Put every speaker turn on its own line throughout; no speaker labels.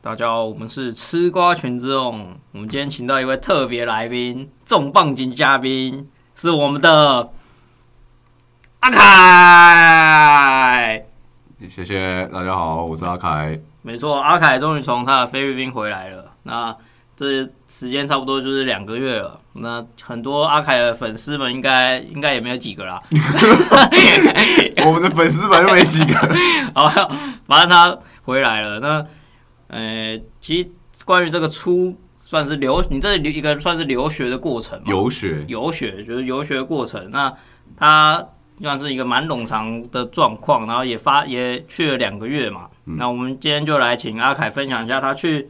大家好，我们是吃瓜群众。我们今天请到一位特别来宾，重磅级嘉宾是我们的阿凯。
谢谢大家好，我是阿凯。
没错，阿凯终于从他的菲律宾回来了。那这时间差不多就是两个月了。那很多阿凯的粉丝们应该应该也没有几个啦。
我们的粉丝本来就没几个，
好，反正他回来了。那，呃，其实关于这个出，算是留你这一个算是留学的过程嘛，
游学
游学就是游学的过程。那他算是一个蛮冗长的状况，然后也发也去了两个月嘛。那我们今天就来请阿凯分享一下他去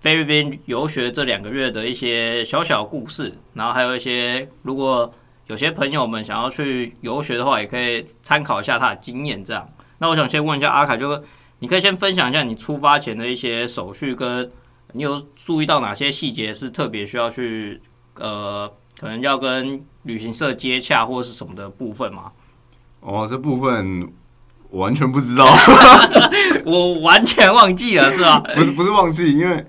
菲律宾游学这两个月的一些小小故事，然后还有一些如果有些朋友们想要去游学的话，也可以参考一下他的经验。这样，那我想先问一下阿凯，就是你可以先分享一下你出发前的一些手续，跟你有注意到哪些细节是特别需要去呃，可能要跟旅行社接洽或是什么的部分吗？
哦，这部分我完全不知道，
我完全忘记了，是吧？
不是不是忘记，因为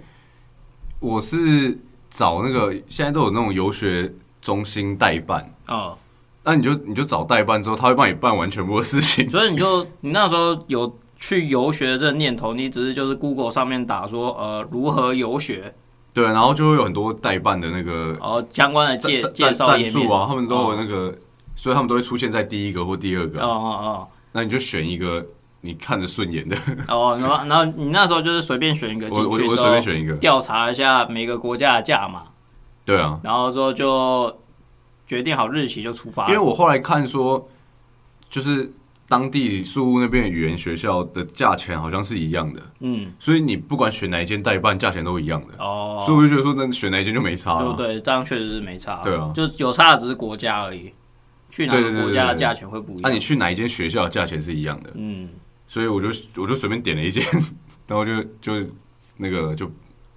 我是找那个现在都有那种游学中心代办，
哦、
那你就你就找代办之后，他会帮你办完全部的事情。
所以你就你那时候有去游学的这个念头，你只是就是 Google 上面打说呃如何游学，
对，然后就会有很多代办的那个
然后相关的介
赞
介
赞
绍
赞
页
助
面。
啊，他们都有那个，所以他们都会出现在第一个或第二
哦
个。
哦
那你就选一个你看着顺眼的，
哦哦，然后然后你那时候就是随便选一个进
我我
去
我
之
随
后
便，选一个。
调查一下每个国家的价码，
对啊，
然后之后就决定好日期就出发
因为
了。
我后来看说，就是当地宿务那边的语言学校的价钱好像是一样的，
嗯，
所以你不管选哪一间代办，价钱都一样的，
哦，
所以我就觉得说，那选哪一间就没差、
就
了。
对，这样确实是没差。
啊对啊
就是有差的只是国家而已，去哪
对
个
对对
国家的
对对
价钱会不一
那、啊你
样。
去哪一间学校，价钱是一样的，
嗯，
所以我就我就随便点了一间， 然后就就那个就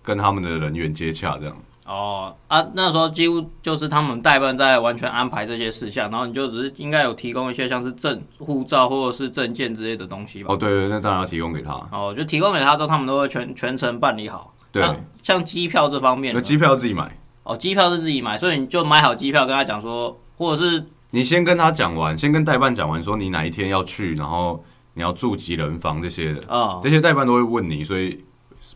跟他们的人员接洽，这样
哦啊，那时候几乎就是他们代办在完全安排这些事项，然后你就只是应该有提供一些像是证、护照或者是证件之类的东西吧。
哦，对对，那当然要提供给他。
哦，就提供给他之后，他们都会全全程办理好。
对，
那像机票这啊方面
那
呢，
机票自己买，
哦，机票是自己买，所以你就买好机票，跟他讲说，或者是
你先跟他讲完，先跟代办讲完，说你哪一天要去，然后你要住几人房这些的。
啊、
这些代办都会问你，所以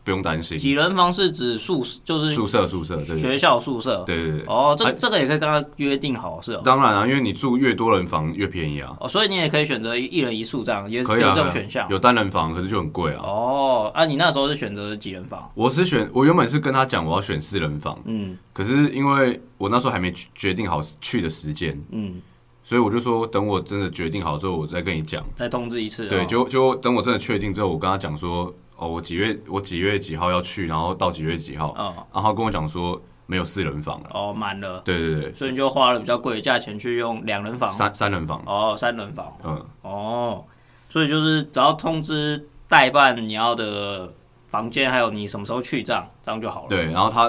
不用担心。
几人房是指宿，就是
宿舍，宿舍，对对
学校宿舍。
对对对。
哦，这
哎
这个也可以跟他约定好，是哦。
当然啊，因为你住越多人房越便宜啊，
哦，所以你也可以选择一人一宿这样，也
可以
有
啊，
这种
可以啊
选项。
有单人房，可是就很贵啊。
哦，啊，你那时候是选择几人房？
我是选，我原本是跟他讲我要选四人房，
嗯
可是因为我那时候还没决定好去的时间，
嗯，
所以我就说等我真的决定好之后，我再跟你讲。
再通知一次、哦。
对，就就等我真的确定之后，我跟他讲说，哦，我几月我几月几号要去，然后到几月几号，
哦
然后他跟我讲说没有四人房了。
哦满了，
对对对，
所以你就花了比较贵的价钱去用两人房。
三三人房，啊
哦，三人房。
嗯，
哦，所以就是只要通知代办你要的房间，还有你什么时候去，这样这样就好了。
对，然后他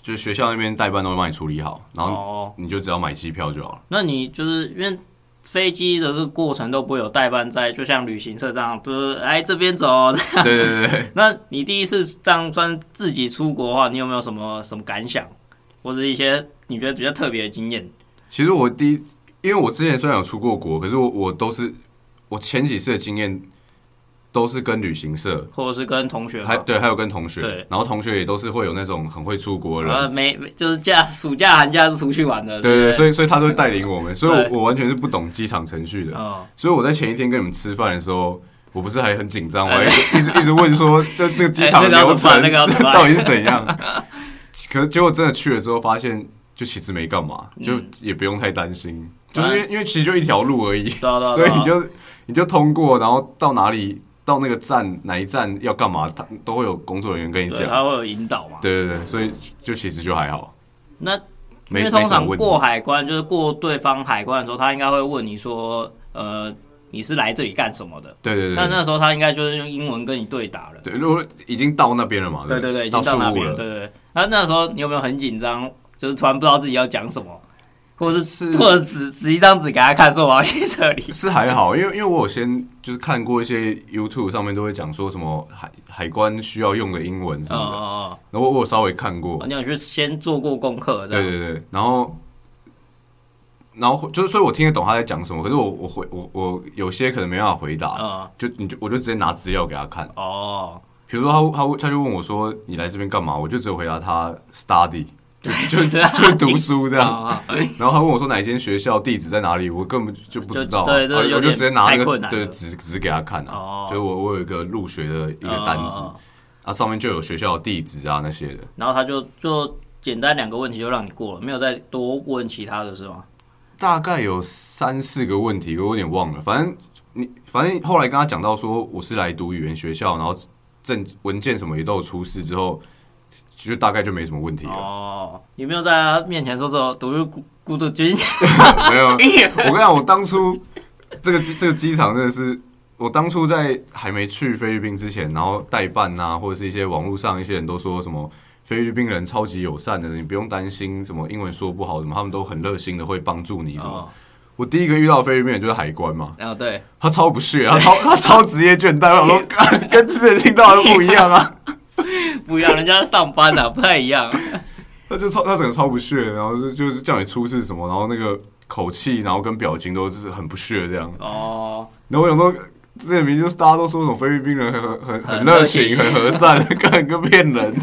就是学校那边代办都会帮你处理好，然后
哦，
你就只要买机票就好了。
那你就是因为飞机的这个过程都不会有代办在，就像旅行社这样，就是哎这边 走。
对对对对，
那你第一次这样算自己出国的话，你有没有什么什么感想，或者一些你觉得比较特别的经验？
其实我第一，因为我之前虽然有出过国，可是我我都是我前几次的经验都是跟旅行社，
或者是跟同学
还
嘛，
对，还有跟同学
啊对，
然后同学也都是会有那种很会出国的人。
呃，没没就是假暑假寒假是出去玩的，
对对，
对
对所以所以他都会带领我们，所以
对
我我完全是不懂机场程序
不对，
的，
嗯，
所以我在前一天跟你们吃饭的时候，我不是还很紧张，我还一直一直一直问 说，就那个机场
呃哎
的
那个要
流
怎么办
程
那个要怎么办
到底是怎样？可是结果真的去了之后，发现就其实没干嘛，
嗯
就也不用太担心，就是因
哎
为因为其实就一条路而已，
对啊对啊
所以你
对啊
就你就通过，然后到哪里到那个站哪一站要干嘛，他都会有工作人员跟你
对，
讲。
他会有引导嘛。
对对对，所以就其实就还好，
那因
没
为通
没什
常
么问题
过海关就是过对方海关的时候，他应该会问你说，呃，你是来这里干什么的？
对对对
但
对。
那时候他应该就是用英文跟你对答了。
对，如果已经到那边了嘛，
对对
对不
对，已
到
经
宿
到那
务
边了。
了，
对对对。那那时候你有没有很紧张？就是突然不知道自己要讲什么，或者
是
是或者指指一张纸给他看，说我要去这里。
是还好，因为因为我有先就是看过一些 YouTube 上面都会讲说什么海海关需要用的英文什
哦
么的，
哦
然后我有稍微看过
哦，，你有去先做过功课，这
对
样
对对，然后然后就是所以我听得懂他在讲什么，可是我我回我我有些可能没办法回答，
嗯
就你就我就直接拿资料给他看，
哦，
比如说他他他就问我说你来这边干嘛，我就只有回答他 study，就就就读书这
啊
样，
啊，
然后他问我说哪一间学校地址在哪里，我根本就不知道啊，
就对这
啊我
有
就
点
直接拿那
太
个
困难了
对纸纸给他看啊
哦，
就是我我有一个入学的一
一
个单子，啊上面就有学校的地址啊那些的，
然后他就就简单两个问题就让你过了，没有再多问其他的是吗？
大概有三四个问题，我有点忘了，反正你反正后来跟他讲到说我是来读语言学校，然后证文件什么也都有出示之后，就大概就没什么问题了，
哦，你没有在他面前说说独立孤孤独军，
没有。我跟你讲，我当初这个这个机场真的是，我当初在还没去菲律宾之前，然后代办啊，或者是一些网络上一些人都说什么菲律宾人超级友善的，你不用担心什么英文说不好什么，他们都很热心的会帮助你什么。
哦，
我第一个遇到的菲律宾人就是海关嘛，
然后对，
他超不屑，他超他超职业倦怠，我想说 干跟之前听到的不一样啊，
不一样，人家上班啊，不太一样。
他就超他整个超不屑，然后就就是叫你出示什么，然后那个口气，然后跟表情都是很不屑这样。
哦，
然后我想说，之前明明就是大家都说什么菲律宾人很很很
很
热
热
情、
情
很和善， 干个 骗人。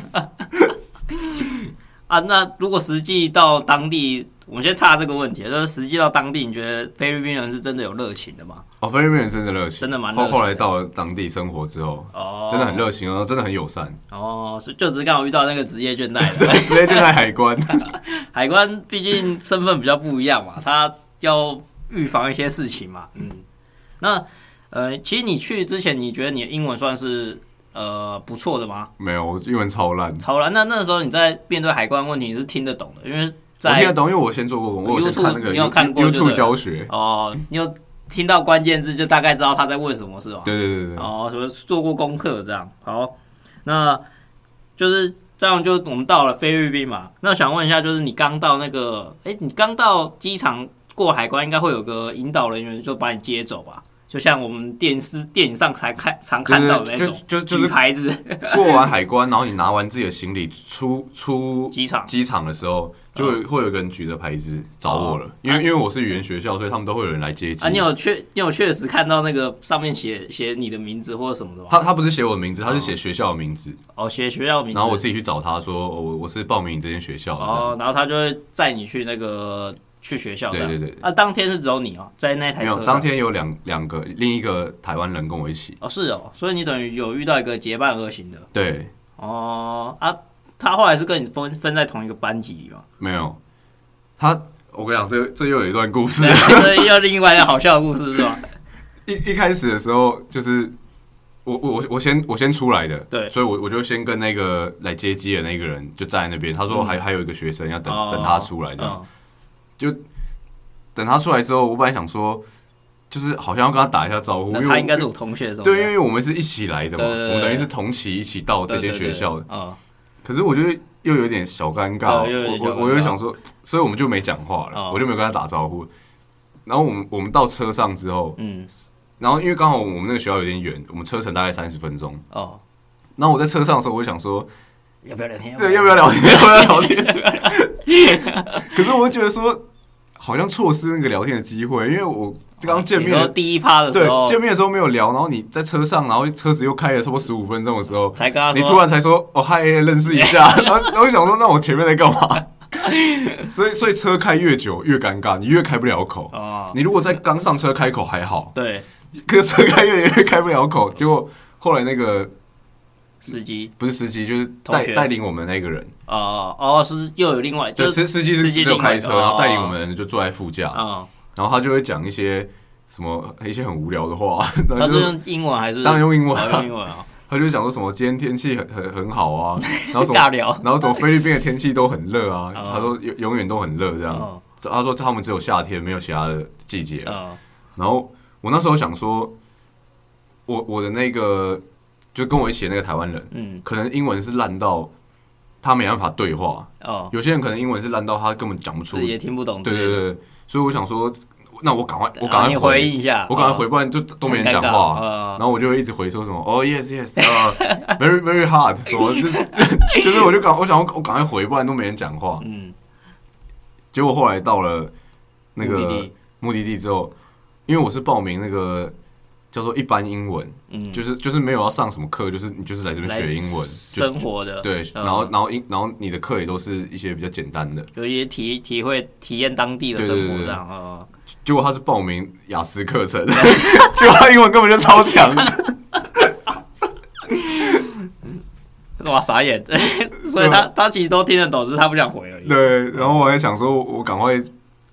啊，那如果实际到当地，我们先岔这个问题，就是实际到当地，你觉得菲律宾人是真的有热情的吗？
哦，菲律宾人真的热情，
真的蛮热
后
情的
后来到了当地生活之后，
哦，
真的很热情，然后真的很友善，
哦，是就只是刚好遇到那个职业倦怠 的
对，直接就在海关。
海关，毕竟身份比较不一样嘛，他要预防一些事情嘛。嗯，那呃，其实你去之前，你觉得你的英文算是呃不错的吗？
没有，我英文超烂，
超然，那那时候你在面对海关问题，你是听得懂的，因为
我听得
在
懂，因为我先做过功课，我有先
YouTube，
看那个
你有看过就
YouTube
对
YouTube
了
教学。
哦，你有听到关键字，就大概知道他在问什么，是吗？
对对对对对，
哦，什么做过功课这样。好，哦那就是这样，就我们到了菲律宾嘛。那想问一下，就是你刚到那个，哎、你刚到机场过海关，应该会有个引导人员就把你接走吧？就像我们电视电影上才看常看到的那
就
种
就就
举
是
牌子，
过完海关，然后你拿完自己的行李出出
机场嗯
机场的时候，就会会有一个人举着牌子找我了，因为因为我是语言学校，所以他们都会有人来接机
哦啊，。你有确你有确实看到那个上面写写你的名字或者什么的吗？
他他不是写我的名字，他是写学校的名字，
哦，写学校名字，
然后我自己去找他说，哦我我是报名这间学校的，
哦，然后他就会载你去那个去学校这样。
对对对
啊，当天是只有你哦，在那台
没
车
有，
上
当天有两两个另一个台湾人跟我一起，
哦，是哦，所以你等于有遇到一个结伴而行的
对，
哦啊，他后来是跟你分分在同一个班级里嘛？
没有，他我跟你讲，这这又有一段故 事
对，，这又另外一个好笑的故事是吧？
一一开始的时候就是。我我我我先我先出来的，
对
所以我我就先跟那个来接机的那个人就站在那边，他说还、还有一个学生要等、
嗯哦
等他出来这样，
嗯
等他出来之后，我本来想说，就是好像要跟他打一下招呼，因
那
为
他
我
应该是我同学什么的？
对，因为我们是一起来的嘛，
对对对
我们等于是同期一起到这
对
间学校的。
的啊
可是我觉得又有点小尴尬，
对又有点
我
小尴尬
我我又想说，所以我们就没讲话了，
哦
我就没有跟他打招呼。然后我们我们到车上之后，
嗯
然后因为刚好我们那个学校有点远，我们车程大概三十分钟。
哦，
然后我在车上的时候，我就想说，
要不要聊天？
对，要不要聊天？要不要聊天？ 可是我就觉得说，好像错失那个聊天的机会，因为我刚见面
哦你
的
说第一趴的时
对，
候
见面的时候没有聊，然后你在车上，然后车子又开了差不多十五分钟的时候，
才跟他
你
说，
突然才说哦嗨，认识一下， 然后然后我想说，那我前面在干嘛？ 所以所以车开越久越尴尬，你越开不了口。
哦，
你如果在刚上车开口还好，
对，
可是车开越远越开不了口。结果后来那个
司机
不是司机，就是带
同学
带领我们的那个人，
哦哦是又有另外
对，
就是
司司机是
司机
只有
另外
开
一个
车，然后带领
哦
我们的人就坐在副驾，
啊，
然后他就会讲一些什么一些很无聊的话， 然
他
后
是
就
用英文还是
当然用英文
哦
啊
用英文啊？
他就讲说什么今天天气很很很好啊，然后什么
尬聊
然后什么菲律宾的天气都很热啊，
哦
他说永永远都很热这样，
嗯
他说他们只有夏天没有其他的季节啊，
嗯
然后我那时候想说，我我的那个就跟我一起的那个台湾人，
嗯
可能英文是烂到他没办法对话，
哦，
有些人可能英文是烂到他根本讲不出
是，也听不懂之
对
类的。
对对，对所以我想说，那我赶快，我
啊
赶
你
快
回应一下，
我赶快
哦
回，不然就都没人
很
讲
尴尬
话。
呃
然后我就会一直回说什么哦、yes yes 啊、v e r y very hard 什么，就是就是我就赶我想我赶快回，不然都没人讲话。
嗯，
结果后来到了那
目的
个
地
目的地之后，因为我是报名那个叫做一般英文，
嗯，
就是就是没有要上什么课，就是你就是来这边
来
学英文，就
生活的，
对，
嗯
然后然后英然后你的课也都是一些比较简单的。
有一些体体会体验当地的
对
生
对
活
对
这样哦，
结果他是报名雅思课 程，结果他英文根本就超强的。
哦哇，傻眼， 所以他他其实都听得懂，只是他不想回而已。
对，然后我还想说，我赶快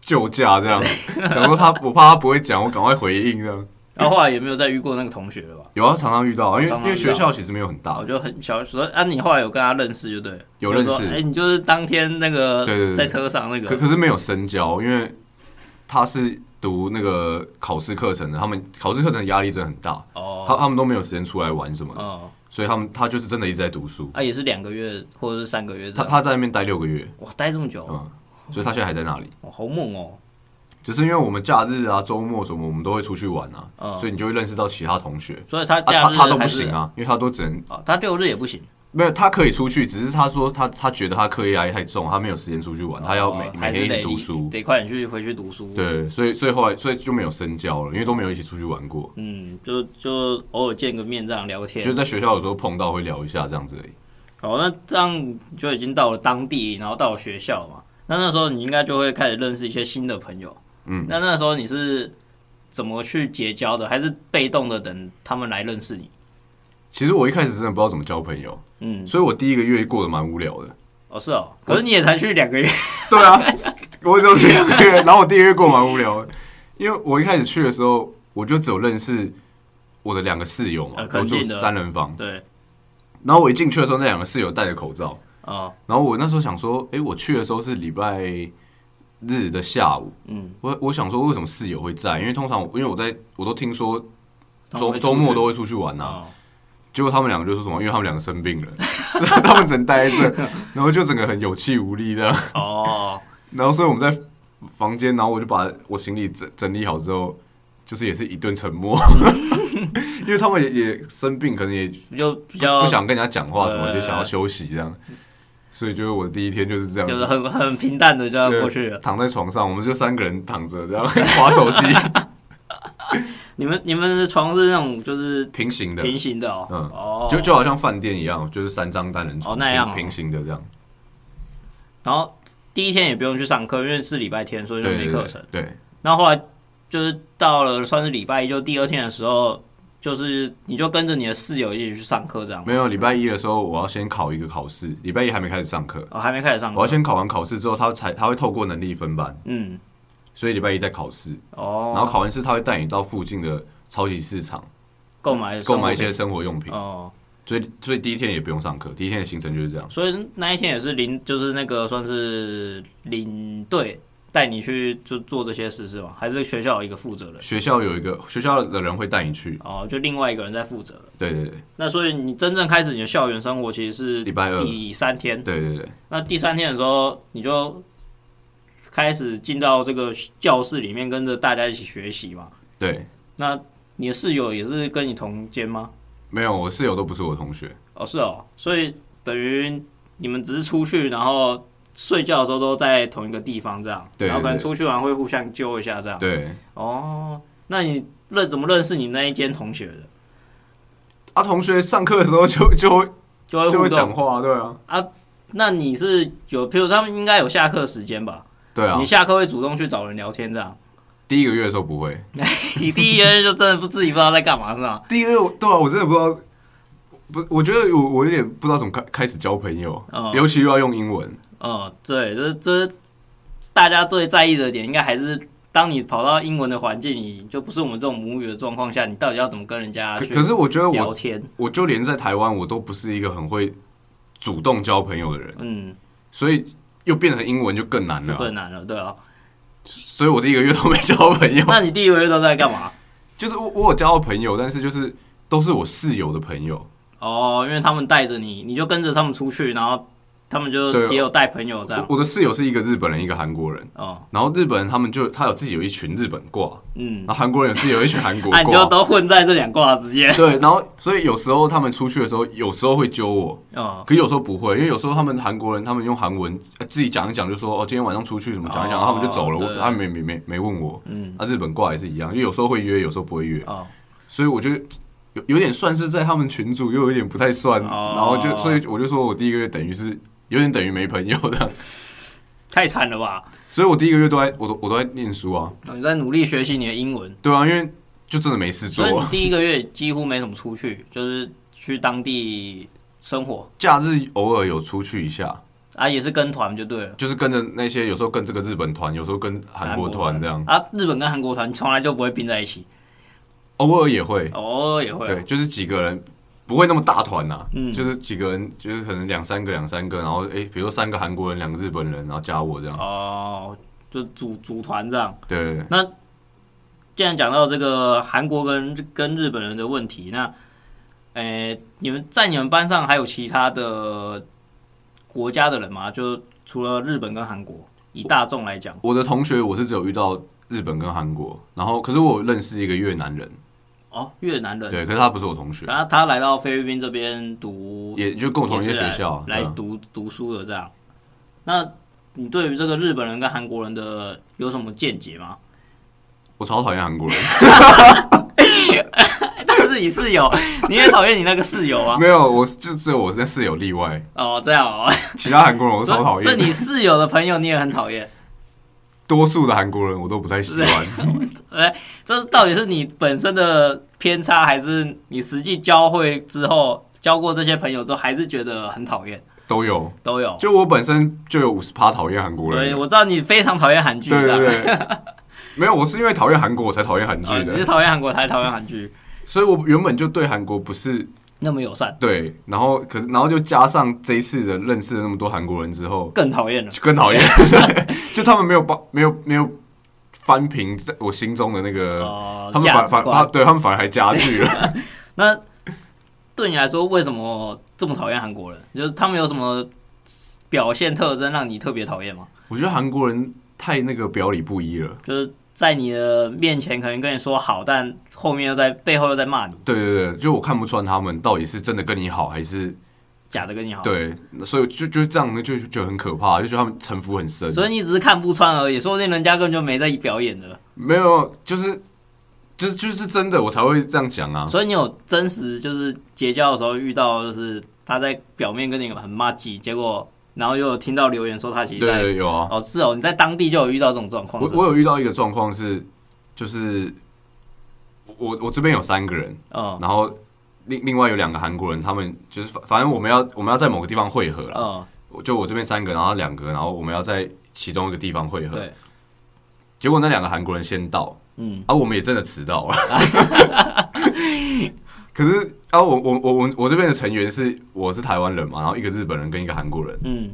救驾这样，想说他，我怕他不会讲，我赶快回应这样。
然后后来也没有再遇过那个同学了吧？
有啊，常常遇到，因为
常常遇到
因为学校其实没有很大
我，就很小时候啊，你后来有跟他认识就对了，
有认识
就说哎、你就是当天那个
对对对
在车上那
可
个，
可是没有深交，因为他是读那个考试课程的，他们考试课程压力真的很大，他
哦，
他们都没有时间出来玩什么的，
哦，
所以他们他就是真的一直在读书。
啊，也是两个月或者是哦三个月这
他
样，
他在那边待六个月，
哇，待这么久，
嗯，所以他现在还在那里。
哇好猛哦，
只是因为我们假日啊、周末什么，我们都会出去玩啊，
嗯
所以你就会认识到其他同学。
所以他
啊，
假
他
日
他都不
还是
行，啊，因为他都只能
哦，他六日也不行，
没有，他可以出去，只是他说他他觉得他课业压力太重，他没有时间出去玩，啊他要每、
哦
每
还
天
是
一
得
直读书。
得快点去回去读书，，
对，所以所以后来所以就没有深交了，因为都没有一起出去玩过，
嗯，就就偶尔见个面这样聊天
就，在学校有时候碰到会聊一下这样子而已。
哦，那这样就已经到了当地，然后到了学校嘛，那那时候你应该就会开始认识一些新的朋友。
嗯，
那那时候你是怎么去结交的？还是被动的等他们来认识你？
其实我一开始真的不知道怎么交朋 友，
嗯，
所以我第一个月过得蛮无聊 的。
哦是哦，可是你也才去两个月，
对啊，我只有去两个月，然后我第一个月过得蛮无聊的，因为我一开始去的时候，我就只有认识我的两个室友嘛，
呃
我
肯
住
定的
三人房，
对，
然后我一进去的时候，那两个室友戴着口罩。
哦，
然后我那时候想说，诶，我去的时候是礼拜日的下午，
嗯，
我我想说为什么室友会在？因为通常我因为我在我都听说
他们会出去
周周末都会出去玩呐、
哦，
结果他们两个就说什么，因为他们两个生病了， 他们只能待 在这，然后就整个很有气无力这样。
哦，
然后所以我们在房间，然后我就把我行李整整理好之后，就是也是一顿沉默， 因为他们也也生病，可能也
就比较
不不想跟人家讲话什么，
呃
就想要休息这样。所以就是我的第一天就是这样子，
就是很很平淡的就要
对
过去了。
躺在床上，我们就三个人躺着，这样 划 手机，
你们你们的床是那种就是
平行的，
平行的哦，
嗯
哦，
就就好像饭店一样，就是三张单人床，
哦那样哦
平平行的这样，
然后第一天也不用去上课，因为是礼拜天，所以就
对
没
对
课程
对。，对
那后来就是到了算是礼拜一，就第二天的时候，就是你就跟着你的室友一起去上课这样吗。
没有礼拜一的时候，我要先考一个考试，礼拜一还没开始上课，
哦，还没开始上
我要
课。
先考完考试之后，他才他会透过能力分班，
嗯，
所以礼拜一再考试，然后
哦，
考完试他会带你到附近的超级市场
购买
购买一些
生
生活用
活
品
品，哦，
所以所以第一天也不用上课，第一天的行程就是这样，
所以那一天也是领，就是那个算是领队带你去就做这些事是吗？还是学校有一个负责人？
学校有一个学校的人会带你去，
哦，就另外一个人在负责。
对对对
那所以你真正开始你的校园生活其实是
礼拜二
第三天，
对对对，
那第三天的时候，你就开始进到这个教室里面，跟着大家一起学习嘛。
对，
那你的室友也是跟你同间吗？
没有我室友都不是我同学。
哦，是哦，所以等于你们只是出去，然后睡觉的时候都在同一个地方这样，
对
然后可能
对
出去玩会互相揪一下这样。
对，
哦，那你认怎么认识你那一间同学的？
啊，同学上课的时候就 就会
就会
就
互
会讲
动。
话，对啊，
那你是有，譬如他们应该有下课时间吧？
对啊
你。下课会主动去找人聊天这 样？第
第一个月的时候不会，
你第一天就真的不自己不知道在干嘛是吗？
第一个月我对啊，我真的不知道，不，我觉得我我有点不知道怎么开开始交朋友，
哦
尤其又要用英文，
嗯，对，这这大家最在意的点，应该还是当你跑到英文的环境里，就不是我们这种母语的状况下，你到底要怎么跟人家
可
去
可是我觉得
聊
我
天？
我就连在台湾我都不是一个很会主动交朋友的人，
嗯，
所以又变成英文就更难了
就
啊，
更难了，对啊。
所以我第一个月都没交朋友，
那你第一个月都在干嘛？
就是我我有交到朋友，但是就是都是我室友的朋友，
哦，因为他们带着你，你就跟着他们出去，然后他们就
对啊
也有带朋友这样。
我的室友是一个日本人，一个韩国人，
哦，
然后日本人他们就他有自己有一群日本挂，
嗯
然，后韩国人有自己有一群韩 国
啊，你就
挂。
都混在这两挂之间。
对，然后所以有时候他们出去的时候，有时候会揪我，
哦，
可有时候不会，因为有时候他们韩国人他们用韩文呃自己讲一讲，就说哦今天晚上出去什么讲一讲，
哦
然后他们就走了，我
对
他们没没没没问我。
嗯，
啊，日本挂也是一样，因为有时候会约，有时候不会约，
哦，
所以我觉得有有点算是在他们群组，又有点不太算，
哦
然后就所以我就说我第一个月等于是有点等于没朋友的，
太惨了吧！
所以我第一个月都在我都我都在念书啊，
哦你在努力学习你的英文，
对啊，因为就真的没事做
所以你
啊，
第一个月几乎没怎么出去，就是去当地生活
假日偶尔有出去一下，
啊，也是跟团就对了。
就是跟着那些有时候跟这个日本团，有时候跟韩国团这样，
啊，日本跟韩国团从来就不会并在一起，
偶尔也会，
偶尔也会啊。
对，就是几个人。不会那么大团呐、啊
嗯
就是几个人，就是可能两三个、两三个，然后诶，比如说三个韩国人、两个日本人，然后加我这样。
哦，就组组团这样。
对对对，
既然讲到这个韩国跟跟日本人的问题，那，诶、你们在你们班上还有其他的国家的人吗？就除了日本跟韩国，以大众来讲，
我的同学我是只有遇到日本跟韩国，然后可是我有认识一个越南人，
哦，越南人，
对，可是他不是我同学，
他他来到菲律宾这边读，
也就跟我同一
也
个
是
学校啊，
来来
对啊
读读书的这样。那你对于这个日本人跟韩国人的有什么见解吗？
我超讨厌韩国人，
但是你室友，你也讨厌你那个室 友啊？
没有，我就只有我那室友例外，
哦，这样哦，
其他韩国人我都
所
超讨
以所以
厌，
你室友的朋友你也很讨厌。
多数的韩国人我都不太喜欢，
这到底是你本身的偏差，还是你实际交会之后交过这些朋友之后，还是觉得很讨厌？
都有，
都有。
就我本身就有五十趴讨厌韩国
对，
人，
我知道你非常讨厌韩剧，
对
这样
对对。 没有，我是因为讨厌韩国我才讨厌韩
哦
剧
你是
的，
讨厌韩国才讨厌韩剧，
所以我原本就对韩国不是
那么友善，
对，然后可是然后就加上这一次的认识了那么多韩国人之后，
更讨厌了。
就更 讨厌， 就他们没有帮，没有没有翻平在我心中的那个，
哦
他，们
价
反
值
反
观
反。对他们反而还加剧了。
那对你来说，为什么这么讨厌韩国人？就是他们有什么表现特征让你特别讨厌吗？
我觉得韩国人太那个表里不一了。
就是在你的面前可能跟你说好，但后面又在背后又在骂你，
对对对，就我看不穿他们到底是真的跟你好还是
假的跟你好。
对，所以就就这样就就很可怕，就觉得他们城府很深。
所以你只是看不穿而已，说不定人家根本就没在表演的。
没有，就是就是就是真的，我才会这样讲啊。
所以你有真实就是结交的时候遇到，就是他在表面跟你很骂鸡，结果然后又有听到留言说他其
对
实在
对有啊，
哦是哦，你在当地就有遇到这种状况
我
是吧？
我有遇到一个状况是，就是我我这边有三个人，
嗯
然后另另外有两个韩国人，他们就是反反正我们要我们要在某个地方汇合了，
嗯，
我就我这边三个，然后两个，然后我们要在其中一个地方汇合。
对，
结果那两个韩国人先到，
嗯
啊，我们也真的迟到了。 可是啊，我我我我我这边的成员是我是台湾人嘛，然后一个日本人跟一个韩国人，
嗯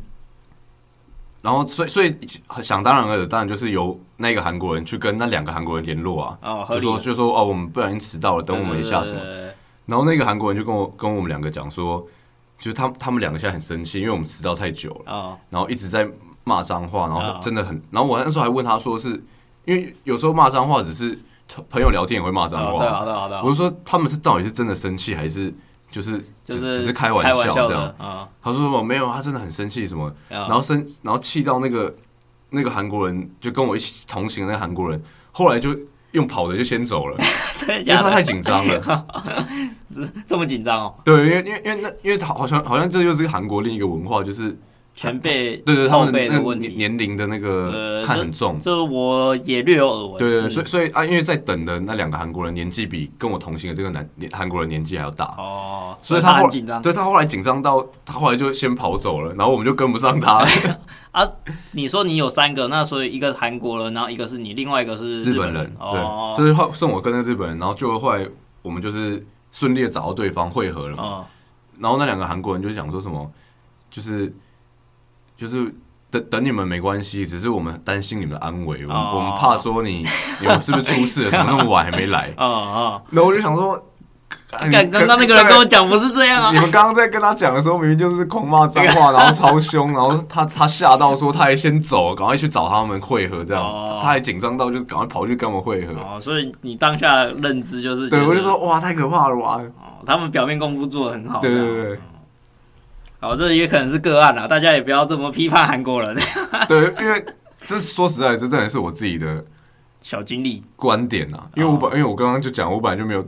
然后所以所以想当然了，当然就是由那个韩国人去跟那两个韩国人联络啊，
哦合
就
理
说
的，
就说哦，我们不小心迟到了，等我们一下什么
对。对对对对
然后那个韩国人就跟我跟我们两个讲说，就是他他们两个现在很生气，因为我们迟到太久了，
哦
然后一直在骂脏话，然
啊
后真的很，然后我那时候还问他说是，因为有时候骂脏话只是朋友聊天也会骂脏
哦
话，
对好的好的，
我就说他们是到底是真的生气还是就是
就
只只
是
是开玩
玩
笑这样
的？啊
他说我没有，他真的很生气什么，然
然
后生然后气到那个那个韩国人就跟我一起同行的那个韩国人，后来就用跑的就先 走了，
真的
因为
假
他
的哎
太紧张 了。
这么紧张哦，
对，因为因为因为那因为好像好像这就是韩国另一个文化，就是
前辈
对对他
后
们
辈
那
的
个
问
年
题，
年龄的那个
呃
看很重。
这我也略有耳闻。
对对对，
嗯
所以所以啊，因为在等的那两个韩国人年纪比跟我同行的这个男年韩国人年纪还要大，
哦，
所以
他
后
很
来
紧张。
对他后来紧张到他后来就先跑走了，然后我们就跟不 上他。
你说你有三个，那所以一个韩国人，然后一个是你，另外一个是
日
本
本人对，
哦
所以后剩我跟那日本人，然后就后来我们就是顺利的找到对方汇合了嘛。
哦，
然后那两个韩国人就讲说什么，就是就是等等你们没关系，只是我们担心你们的安危，我们、
哦 ？
我们怕说你你们是不是出事了，怎么那么晚还没来
哦哦，
然后我就想说， 哎
干
你
刚刚那个人跟我讲不是这 样
你
啊，
们刚刚在跟他讲的时候，明明就是狂骂脏话，然后超凶，然后他他吓到说他还先走，赶快去找他们会合，这样、
哦
他还紧张到就赶快跑去跟我们会合。
哦，所以你当下的认知就是觉
对，
得
我就说哇，太可怕了 哇！
哦，他们表面功夫做的很好，
对
这
对
样哦
对
好，这也可能是个案啦，大家也不要这么批判韩国人
对，对因为这说实在，这真的是我自己的
小经 历，
观点
哦
啊，因为我本、因为我刚刚就讲，我本来就没有，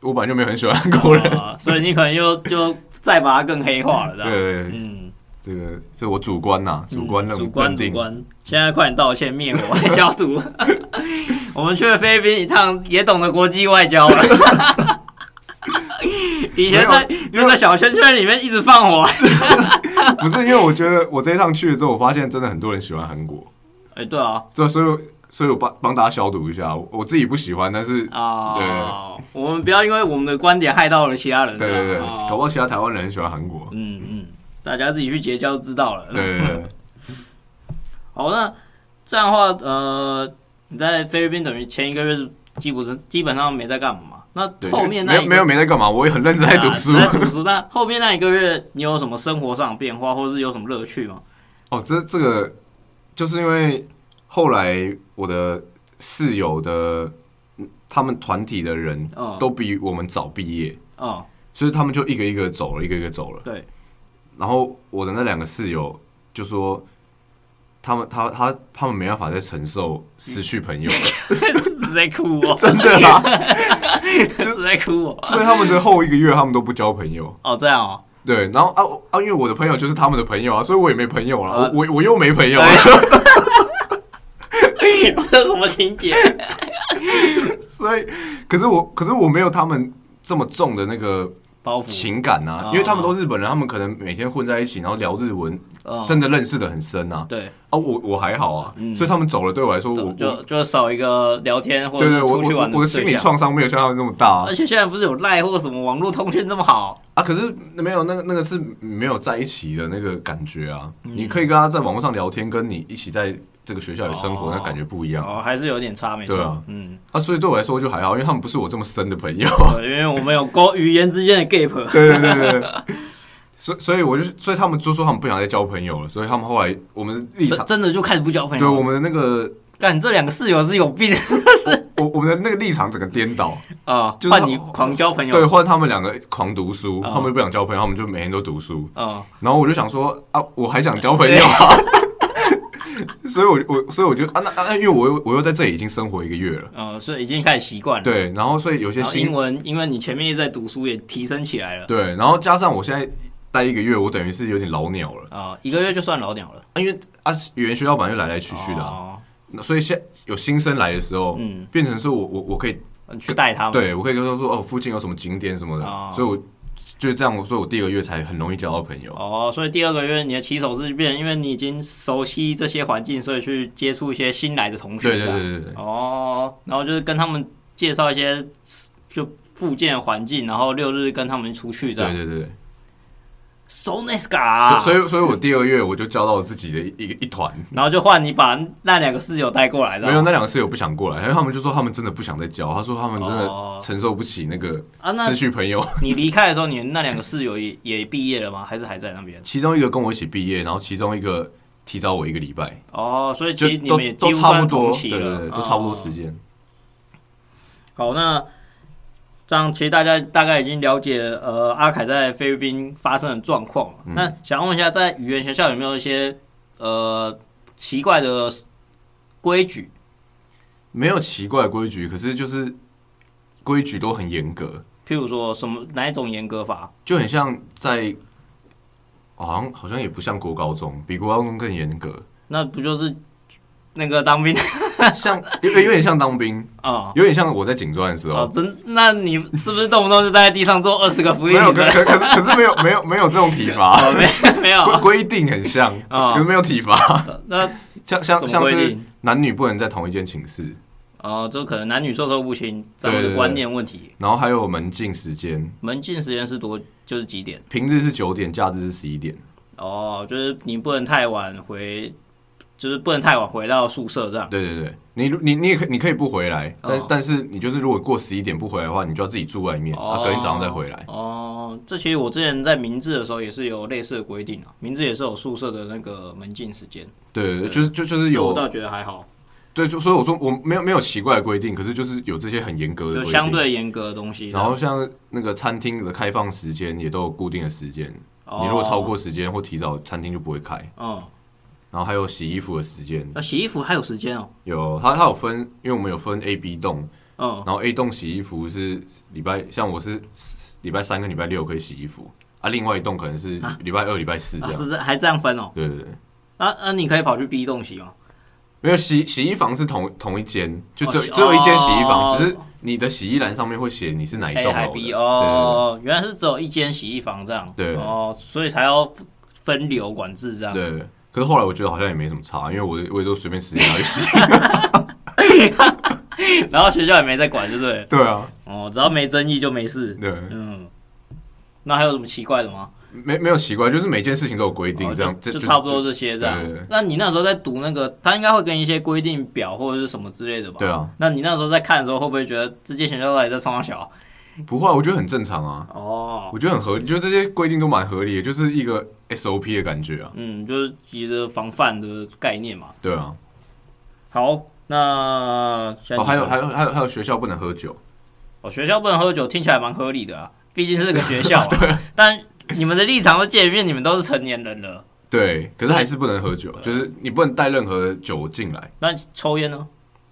我本来就没有很喜欢韩国人。
啊，所以你可能又就再把它更黑化了，这
对
样。
对，对
嗯，
这个是我主观呐、主观认
主
认
观主
定。
观，现在快点道歉灭火消 毒。我们去了菲律宾一趟，也懂得国际外交 了。以前在
没有因为
这个小圈圈里面一直放火，
不是因为我觉得我这一趟去了之后，我发现真的很多人喜欢韩国，
哎，对啊，
这所以所以我帮帮大家消毒一下，我我自己不喜欢，但是
啊，我们不要因为我们的观点害到了其他人。
对对对，
啊
搞不好其他台湾人很喜欢韩国。
嗯嗯，大家自己去结交就知道了。
对对 对，
好，那这样的话，呃，你在菲律宾等于前一个月是基本上基本上没在干嘛。那
对
后面那
没
一
有
个
没有没在干嘛，我也很认真 在读书
对。啊在读书。那后面那一个月，你有什么生活上的变化，或者是有什么乐趣吗？
哦，这这个就是因为后来我的室友的嗯他们团体的人
嗯，
都比我们早毕业，
嗯，
所以他们就一个一个走了，一个一个走了。
对，
然后我的那两个室友就说，他们他他他们没办法再承受失去朋友，
是在哭 哦，
真的啦。
是在哭 哦。
所以他们的后一个月他们都不交朋友。
哦，这样哦，
对，然后啊我啊，因为我的朋友就是他们的朋友啊，所以我也没朋友
啊
了，我我我又没朋友啊，
这什么情节？
所以可是我可是我没有他们这么重的那个
包袱，
情感
哦
啊，因为他们都日本人，他们可能每天混在一起，然后聊日文，
嗯，
真的认识的很深啊。
对，
啊，我我还好啊，所以他们走了对我来说，我我
嗯就就少一个聊天或者
对对，
是
我
出去
我
玩
我的
对
心理
象。
创伤没有像他们那么大啊
而且现在不是有赖或什么网络通讯这么 好，
啊可是没有那个那个是没有在一起的那个感觉啊。
嗯
你可以跟他在网络上聊天，跟你一起在这个学校里生活，
哦
那感觉不一样
哦，还是有点差，没错。
对啊
嗯，
啊。所以对我来说就还好，因为他们不是我这么深的 朋友。
对，因为我们有沟语言之间的 gap。
对对对对对。 所以所以我就所以他们就说他们不想再交朋友了，所以他们后来我们的立
真
场，
真的就开始不交朋
对我
友，
们的那个
干你这两个室友是有病
我我们的那个立场整个颠倒，
啊！
就是
换
他
你狂交朋
对，
友，
换他们两个狂读书，
哦
他们不想交朋友，他们就每天都读书。
啊，
然后我就想说啊，我还想交朋友啊， 所以我我所以我就啊那啊那因为我又我又在这里已经生活一个月了，
呃，所以已经开始习惯了。
对，然后所以有些
嗯然后英
新
文，因为你前面一直在读书，也提升起来了
对，然后加上我现在待一个月，我等于是有点老鸟了，
啊，一个月就算老鸟了，
啊、因为啊语言学校本来就来来去去的啊、
哦
那所以现有新生来的时候，
嗯
变成是我我我可以
你去带他们。
对我可以跟他说哦附近有什么景点什么的，
哦
所以我就是这样，所以我第一个月才很容易交到朋友。啊
哦，所以第二个月你的起手式就变成，因为你已经熟悉这些环境，所以去接触一些新来的同学。
对对
这样
对对对，
哦，然后就是跟他们介绍一些就附件环境，然后六日跟他们出去这样。
对对对对。
So nice guy，
所所以，所以我第二个月我就交到我自己的一一一团，
然后就换你把那两个室友带过来的。
没有那两个室友不想过来，因为他们就说他们真的不想再交，他说他们真
哦
的承受不起那个
啊那
失去朋友。
你离开的时候，你那两个室友也也毕业了吗？还是还在那边？
其中一个跟我一起毕业，然后其中一个提早我一个礼拜，
哦，所以
就
其实你
都
们也几
都
乎
差不
算
多
同，
对
期
对
了，
对，都差不多时
哦。
间。
好，那这样其实大家大概已经了解了呃阿凯在菲律宾发生的状况了。
嗯
那想问一下，在语言学校有没有一些呃奇怪的规矩？
没有奇怪的规矩，可是就是规矩都很严格，
譬如说什么哪一种严格法？
就很像在好像好像也不像国高中，比国高中更严格，
那不就是那个当兵
像有有点像当兵，
啊？
有点像我在警专的时候
哦，。真？那你是不是动不动就待在地上做二十个俯
没
卧
有，可
撑？
可可是可是没有没有没有这种体罚，
哦，没没有
规规定很像，
啊
可是没有 体罚，
那
像像
什么
像
规
是
定？
男女不能在同一间寝室，
哦，就可能男女授受不亲，咱们
对对
的
对
观念问题。
然后还有门禁时间，
门禁时间是多，就是几点？
平日是九点，假日是十一点，
哦，就是你不能太晚回，就是不能太晚回到宿舍这样。
对对对，你你你也可以你可以不回来，但、
哦
但是你就是如果过十一点不回来的话，你就要自己住外面，
哦
啊，隔天早上再回来。
哦，这其实我之前在明治的时候也是有类似的规定啊，明治也是有宿舍的那个门禁时间，
对对对，就是就就是
我
有
倒觉得还好，
对，就所以我说我没有没有奇怪的规定，可是就是有这些很严格的
就
规定。
相对严格的东西这样。
然后像那个餐厅的开放时间也都有固定的时间，
哦
你如果超过时间或提早，餐厅就不会开。
嗯，
然后还有洗衣服的时间，
那洗衣服还有时间哦。
有它它有分，因为我们有分 A、B 栋，
嗯，
然后 A 栋洗衣服是礼拜，像我是礼拜三跟礼拜六可以洗衣服，啊，另外一栋可能是礼拜二、礼拜四这
啊
样。
是这还这样分哦。
对对对，
啊啊，你可以跑去 B 栋洗哦吗？
没有洗洗衣房是同同一间，就只有
哦
只有一间洗衣
哦
房，只是你的洗衣篮上面会写你是哪一
A
栋
哎还
楼
B
的。
哦，原来是只有一间洗衣房这样。
对
哦，所以才要分流管制这样。
对对对对。可是后来我觉得好像也没什么差，因为我我也都随便时间拿去洗。
然后学校也没在管，对不对？
对啊，
哦，只要没争议就没事。
对，
嗯，那还有什么奇怪的吗？
没没有奇怪，就是每件事情都有规定，
哦
这样
就
这
就
就是
差不多这些这样
对对对。
那你那时候在读那个，他应该会跟一些规定表或者是什么之类的吧？
对。啊，
那你那时候在看的时候，会不会觉得这些学校到底在冲小？
不会啊，我觉得很正常啊，
哦，
我觉得很合理，就这些规定都蛮合理的，就是一个 SOP 的感觉啊。
嗯，就是急着防范的概念嘛。
对啊，
好，那现在
哦，还有还
有，
有还有还有学校不能喝酒，
哦，学校不能喝酒，听起来蛮合理的啊，毕竟是个学 校、啊。但你们的立场都见面，你们都是成年人了，
对，可是还是不能喝酒，就是你不能带任何的酒进来，
那抽烟呢？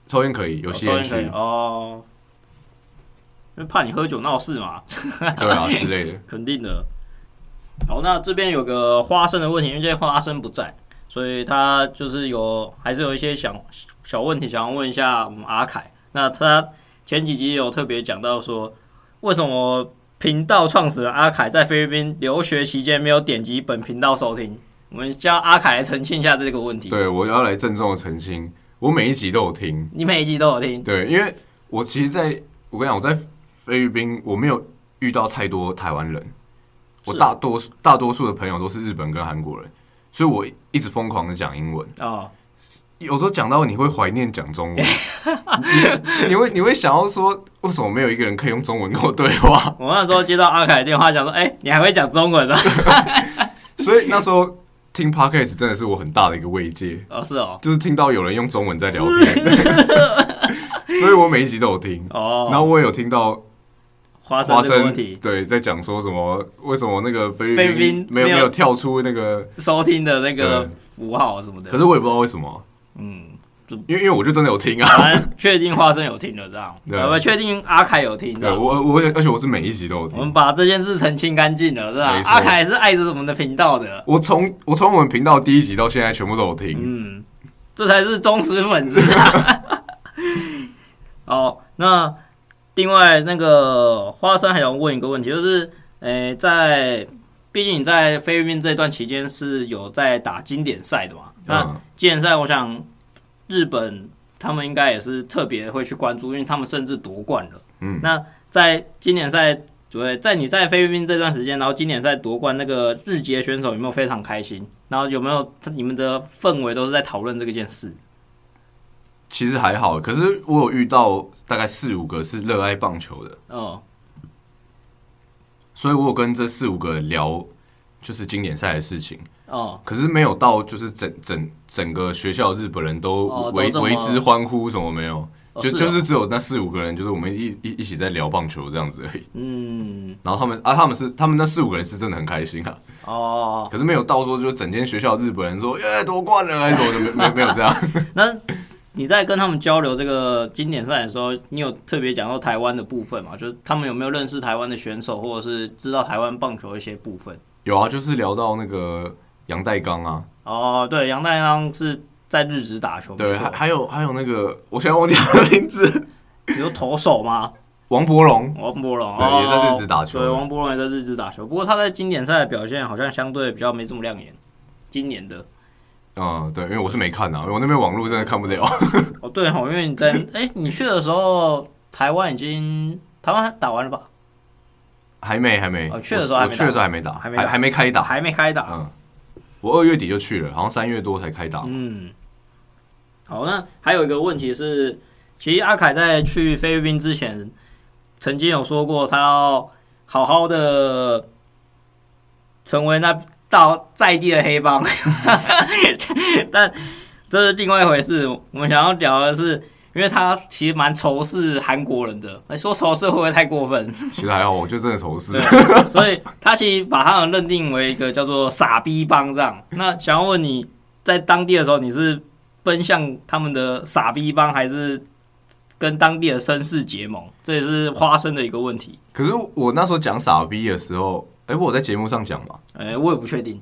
抽烟可以，有吸
哦
烟
抽烟可以
区，
哦，因为怕你喝酒闹事嘛，
对啊之类 的。
肯定的。好，那这边有个花生的问题，因为这些花生不在，所以他就是有还是有一些想小问题想要问一下我们阿凯。那他前几集有特别讲到说，为什么频道创始人阿凯在菲律宾留学期间没有点击本频道收听？我们叫阿凯来澄清一下这个问题。
对，我要来郑重的澄清，我每一集都有听，
你每一集都有听，
对，因为我其实在，我跟你讲，我在菲律宾我没有遇到太多台湾人，我
是
大多数大多数的朋友都是日本跟韩国人，所以我一直疯狂的讲英文，
哦，
有时候讲到你会怀念讲中文，你你会你会想要说，为什么没有一个人可以用中文跟我对话？
我那时候接到阿凯的电话，想说，哎、你还会讲中文啊？
所以那时候听 podcast 真的是我很大的一个慰藉，
哦，是哦，
就是听到有人用中文在聊 天，所以我每一集都有听，然
哦，
后我也有听到
花生
花
这个
生
问题，
对，在讲说什么？为什么那个菲
菲
律
律宾
宾没有
没有
没有跳出那个？
收听的那个
对
符号什么的。
可是我也不知道为什么，
嗯，
因为因为我就真的有听啊。
反正确定花生有听了这样，
对
我们确定阿凯有听这
对
样。
我我而且我是每一集都有
我们
听。
把这件事澄清干净了，是吧
没？错
阿凯是爱着我们的频道的，
我从我从我们频道第一集到现在全部都有听。
嗯，这才是忠实粉丝啊。 哦，那另外那个花生还想问一个问题，就是，诶、在毕竟你在菲律宾这段期间是有在打经典赛的嘛？那
嗯，
健赛，我想日本他们应该也是特别会去关注，因为他们甚至夺冠了。
嗯
那在今年赛，对，在你在菲律宾这段时间，然后今年赛夺冠，那个日籍的选手有没有非常开心？然后有没有你们的氛围都是在讨论这个件事？
其实还好，可是我有遇到大概四五个是热爱棒球的，
哦，
所以我有跟这四五个人聊就是经典赛的事情，
哦，
可是没有到就是整整整个学校日本人都
哦都
为
这么
为之欢呼什么没有。
哦
就、
是哦
就是只有那四五个人，就是我们一一一起在聊棒球这样子而已。
嗯，
然后他们啊，他们是他们那四五个人是真的很开心啊，
哦，
可是没有到说就整间学校日本人说耶夺冠了还是什么的，没没没有这样。
那你在跟他们交流这个经典赛的时候，你有特别讲到台湾的部分吗？就是他们有没有认识台湾的选手，或者是知道台湾棒球的一些部分？
有啊，就是聊到那个杨代刚啊，
哦，对，杨代刚是在日职打球，
对，
没错
还还有还有那个我现在忘记他的名字，
你说投手吗？
王伯龙。
王柏龙，
对
哦
也在日职打球
对，王柏龙也在日职打球，不过他在经典赛的表现好像相对比较没这么亮眼。今年的
嗯，对，因为我是没看啊，我那边网络真的看不了。
哦，对吼，因为你在哎，你去的时候台湾已经台湾打完了吧？
还没还没，
哦去的时候还没
我
打
我去的时候还没打，
还
还
没打
还没开打。嗯
还没开打。
嗯，我二月底就去了，好像三月多才开打。
嗯，好，那还有一个问题是，其实阿凯在去菲律宾之前，曾经有说过他要好好的成为那到在地的黑帮， 但这是另外一回事。我们想要聊的是，因为他其实蛮仇视韩国人的，哎说仇视会不会太过分？
其实还好，我就真的仇视
对。，所以他其实把他们认定为一个叫做傻逼帮这样。那想要问你在当地的时候，你是奔向他们的傻逼帮，还是跟当地的绅士结盟？这也是花生的一个问题。
可是我那时候讲傻逼的时候，哎、我有在节目上讲嘛，
哎、我也不确定。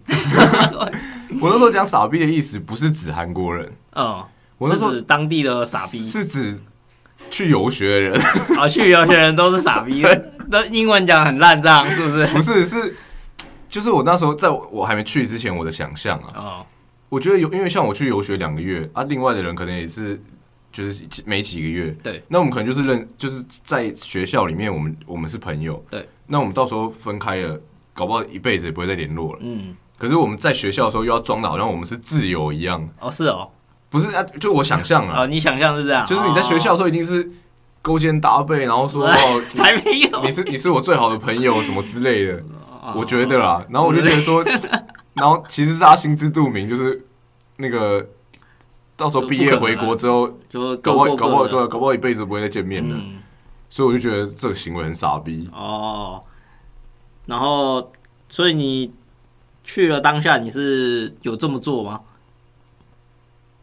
我那时候讲傻逼的意思不是指韩国人，
嗯，
我那
是
时候
指当地的傻逼
是指去游学的人，
啊，去游学人都是傻逼，那英文讲很烂，这样是不是？
不是是，就是我那时候在我我还没去之前，我的想象啊，
哦，
我觉得有，因为像我去游学两个月啊，另外的人可能也是就是没几个月。
对，
那我们可能就是认，就是在学校里面，我们我们是朋友。
对，
那我们到时候分开了，搞不好一辈子也不会再联络了。
嗯，
可是我们在学校的时候又要装的好像我们是挚友一样，
哦，是哦，
不是啊？就我想象啊，
哦，你想象是这样，
就是你在学校的时候一定是勾肩搭背，然后说
哦，
哦
才没有，
你是 你是我最好的朋友什么之类的。
哦
我觉得啦，然后我就觉 得说，然后其实大家心知肚明，就是那个到时候
啊
毕业回国之后，
哦就各
搞不好
过
搞不好
各
对
的，
啊，搞不好一辈子不会再见面了。
嗯。
所以我就觉得这个行为很傻逼。
哦，然后所以你去了当下，你是有这么做 吗？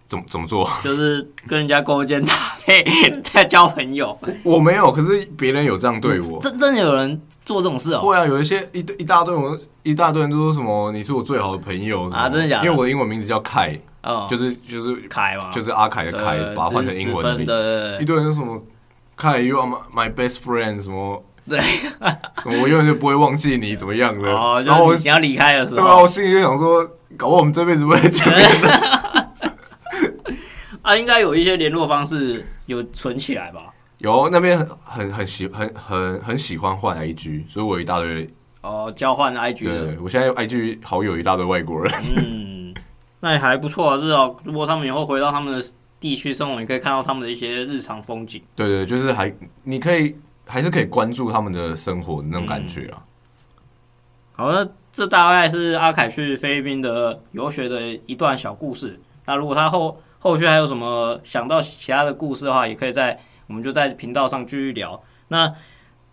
怎么怎么做？
就是跟人家勾肩搭背在交朋友？
我没有，可是别人有这样对我。
真真的有人做这种事哦？
会啊，有一些一堆一大堆我一大堆人都说什么你是我最好的朋友
啊真的假的
因为我的英文名字叫凯，
哦，
就是就是
凯嘛，
就是阿凯的凯，
对
把它换成
只
英
只
文
分
名。
的
一堆人说什么凯，You are my my best friend 什么。
对，
什么我永远就不会忘记你怎么样的。
哦，
然后我
就是你要哦离开的时
对啊，
候
我心里就想说，搞不好我们这辈子不会见面。
啊，应该有一些联络方式有存起来吧？
有那边很很很喜很很很喜欢换 IG，所以我有一大堆。
哦，交换 IG
对
的，
对，我现在 IG 好友一大堆外国人。
嗯，那也还不错啊。至少如果他们以后回到他们的地区生活，你可以看到他们的一些日常风景。
对对，就是还你可以还是可以关注他们的生活的那种感
嗯
觉啊。
好，那这大概是阿凯去菲律宾的游学的一段小故事。那如果他后后续还有什么想到其他的故事的话，也可以在我们就在频道上继续聊。那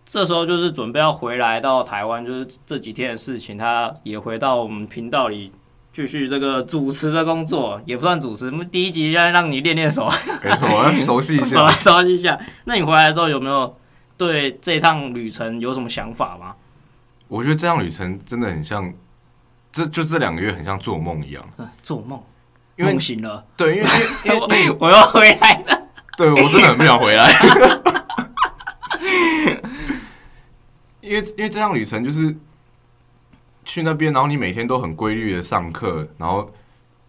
这时候就是准备要回来到台湾，就是这几天的事情，他也回到我们频道里继续这个主持的工作，也不算主持，我们第一集先让你练练手，
没错，我要熟悉一
手来
下。
熟悉一下。那你回来的时候有没有对这趟旅程有什么想法吗？
我觉得这趟旅程真的很像，这就这两个月很像做梦一样。
嗯做梦，
因为
梦醒 了。
对，因为因为因为
我我要回来了。
对我真的很不想回来，因为因为这趟旅程就是去那边，然后你每天都很规律的上课，然后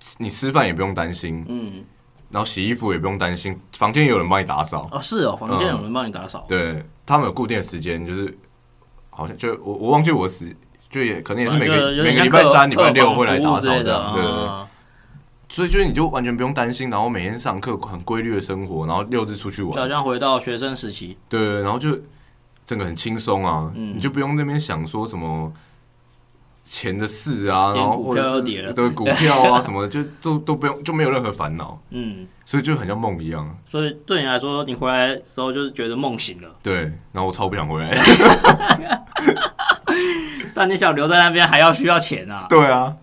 吃你吃饭也不用担心，
嗯，
然后洗衣服也不用担心，房间也有人帮你打扫，
哦，是哦，房间有人帮你打扫，
对他们有固定的时间，就是好像就我我忘记我时就也可能嗯也是每
反正
个
就有
每
点像
个礼拜
客
三、礼拜
客
六
房
会来打
服务之
扫
类
这
的
样，对对对。
啊
所以就是你就完全不用担心，然后每天上课很规律的生活，然后六日出去玩，
就好像回到学生时期，
对对，对然后就整个很轻松啊，
嗯
你就不用那边想说什么钱的事啊，
今天
然后
股
或
票
者
又
是
跌了
对股票啊什么的，就都都不用，就没有任何烦恼，
嗯，
所以就很像梦一样。
所以对你来说，你回来的时候就是觉得梦醒了，
对，然后我超不想回来。
但你想留在那边还要需要钱啊。
对啊，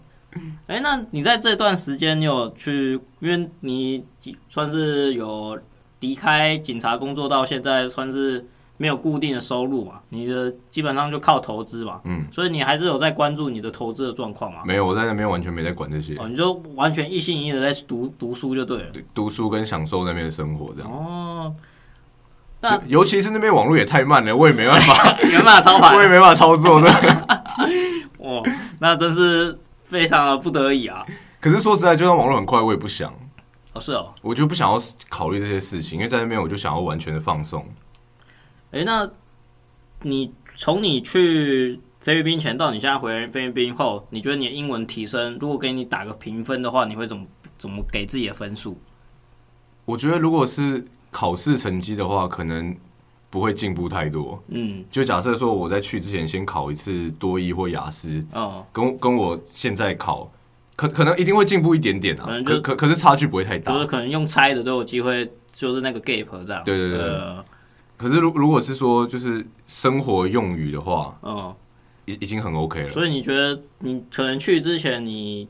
哎，那你在这段时间，你有去，因为你算是有离开警察工作到现在，算是没有固定的收入嘛，你的基本上就靠投资嘛，
嗯，
所以你还是有在关注你的投资的状况嘛。
没有，我在那边完全没在管这些，
哦，你就完全一心一意的在读读书就对了。
读书跟享受那边的生活这样。
哦，那
尤尤其是那边网络也太慢了，我也没办法，
原版超
我
盘，
也没办法操作。对，
哦，那真是非常的不得已啊。
可是说实在，就算网络很快，我也不想，
哦，是哦，
我就不想要考虑这些事情，因为在那边我就想要完全的放松。
诶，那你从你去菲律宾前到你现在回菲律宾后，你觉得你的英文提升，如果给你打个评分的话，你会怎么怎么给自己的分数？
我觉得如果是考试成绩的话，可能不会进步太多。
嗯，
就假设说我在去之前先考一次多一或雅思，
哦，
跟跟我现在考，可可能一定会进步一点点啊
可能，就
可可可是差距不会太大
就。是可能用猜的都有机会，就是那个 gap 这样。
对对对对
呃，
可是如如果是说就是生活用语的话，
哦，
已已经很 OK 了。
所以你觉得你可能去之前你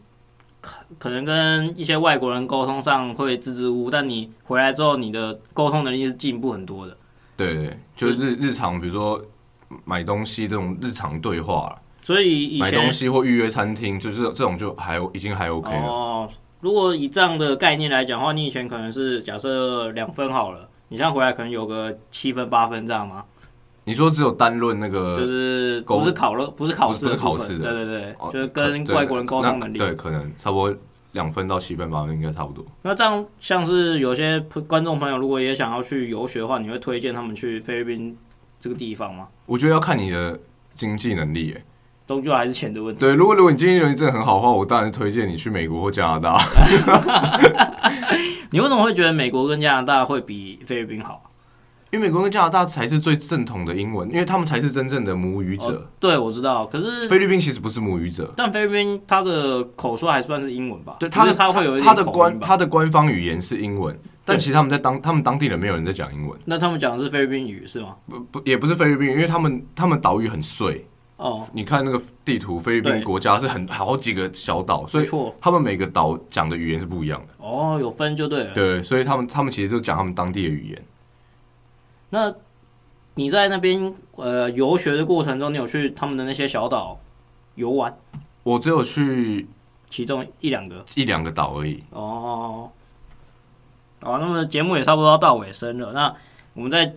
可可能跟一些外国人沟通上会支支吾吾，但你回来之后你的沟通能力是进步很多的。
对对，对就是日日常，比如说买东西这种日常对话，
所以以
买东
前
西或预约餐厅，就是这种就还已经还 OK 了。
哦，如果以这样的概念来讲的话，你以前可能是假设两分好了，你现在回来可能有个七分八分这样吗？
你说只有单论那
就
个
是
沟
不是考了，不是考试的
呃不是
部
考
分，
试的
对对对，
哦
就是
可
跟
对
外国人沟
那
通能力。
对，可能差不多两分到七分吧，应该差不多。
那这样像是有些观众朋友如果也想要去游学的话，你会推荐他们去菲律宾这个地方吗？
我觉得要看你的经济能力耶。
终究还是钱的问题。
对，如果如果你经济能力真的很好的话，我当然推荐你去美国或加拿大。
你为什么会觉得美国跟加拿大会比菲律宾好？
因为美国跟加拿大才是最正统的英文，因为他们才是真正的母语者。
哦对，我知道，可是
菲律宾其实不是母语者，
但菲律宾它的口说还算是英文吧？
对
他
他的
它会有一
他
点
的
口
官
音吧？
他的官方语言是英文，但
对
其实他们在当他们当地人没有人在讲英文，
那他们讲的是菲律宾语是吗？
不不也不是菲律宾，因为他们他们岛屿很碎，
哦，
你看那个地图，菲律宾
对
国家是很好几个小岛，所
没
以
错，
他们每个岛讲的语言是不一样的。
哦，有分就对了。
对，所以他们他们其实就讲他们当地的语言。
那你在那边呃游学的过程中，你有去他们的那些小岛游玩，
我只有去
其中一两个？
一两个岛而已。
哦，好，那么节目也差不多要到尾声了。那我们在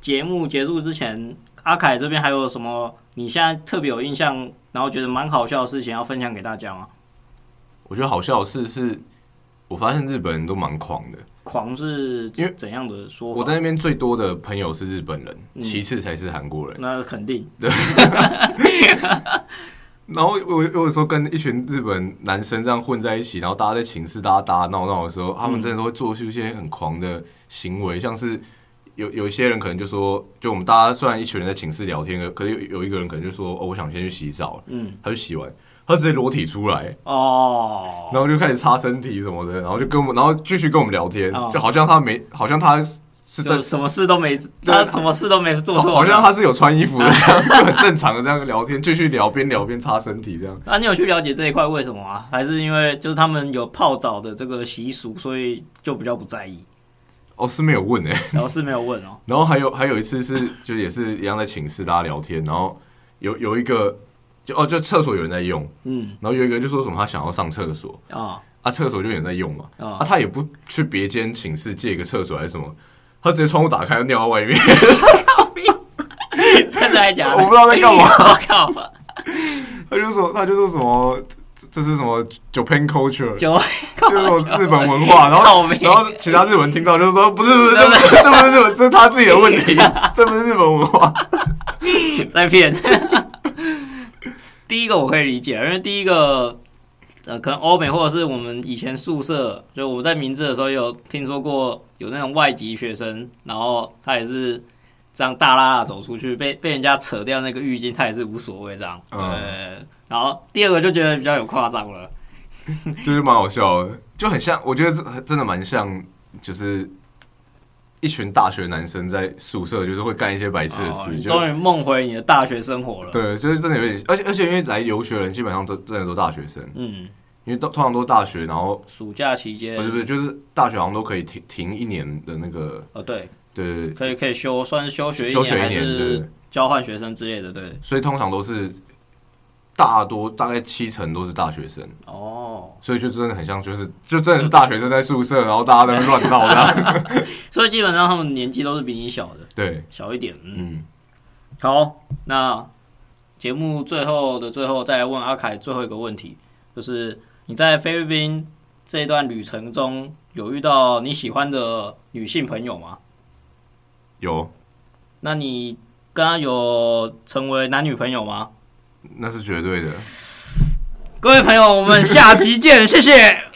节目结束之前，阿凯这边还有什么你现在特别有印象，然后觉得蛮好笑的事情要分享给大家吗？
我觉得好笑的事是，我发现日本人都蛮狂的。
狂是
因为
怎样的说法？
我在那边最多的朋友是日本人，
嗯
其次才是韩国人。
那肯定
然后我我有时候跟一群日本男生这样混在一起，然后大家在寝室大家打打闹闹的时候，他们真的都会做出一些很狂的行为，像是有有一些人可能就说，就我们大家虽然一群人在寝室聊天，可是有有一个人可能就说，哦，我想先去洗澡，
嗯，
他就洗完，他直接裸体出来，
哦，
然后就开始擦身体什么的，然后就跟我们，然后继续跟我们聊天，
哦
就好像他没，好像他是是在
就什么事都没，他什么事都没做错。
哦好像他是有穿衣服的，这样 就很正常的这样聊天，继续聊，边聊边擦身体这样。
那、你有去了解这一块为什么啊？还是因为就是他们有泡澡的这个习俗，所以就比较不在意？
哦，是没有问哎、
然后是没有问哦。
然后还有还有一次是，就也是一样在寝室大家聊天，然后有有一个就哦就厕所有人在用，
嗯
然后有一个就说什么他想要上厕所，
啊
啊厕所就有人在用嘛，啊
啊，
他也不去别间寝室借个厕所还是什么，他直接窗户打开尿在外面，
真的还假
我
的？
不知道在干嘛。
我靠！
他就说，他就说什么，这这是什么 Japan culture，
就
就是那种日本文化。然后
靠北，
然后其他日本听到就说，不是不是，这不是这不是日本，这是他自己的问题，这不是日本文化。
在骗。第一个我可以理解，因为第一个呃，可能欧美或者是我们以前宿舍，就我们在明治的时候有听说过有那种外籍学生，然后他也是这样大拉拉走出去，被被人家扯掉那个浴巾，他也是无所谓这样。
嗯
呃，然后第二个就觉得比较有夸张了。
就是蛮好笑的，就很像，我觉得这真的蛮像，就是一群大学男生在宿舍，就是会干一些白痴的
哦
事，
你
就
终于梦回你的大学生活了。
对，就是真的有点，而且而且因为来游学的人基本上都真的都大学生，
嗯，
因为都通常都大学，然后
暑假期间
不是不是，哦就是大学好像都可以停停一年的那个，
哦，对，
对
可以可以休，算是休学
对，
一
休学
还
一年，对
是
对，
交换学生之类的，对。
所以通常都是大多大概七成都是大学生，
哦，
所以就真的很像，就是就真的是大学生在宿舍，然后大家在那边乱闹这样，
所以基本上他们年纪都是比你小的，
对，
小一点。嗯，
嗯。
好，那节目最后的最后，再来问阿凯最后一个问题，就是你在菲律宾这一段旅程中，有遇到你喜欢的女性朋友吗？
有，
那你跟她有成为男女朋友吗？
那是绝对的。
各位朋友，我们下集见，谢谢。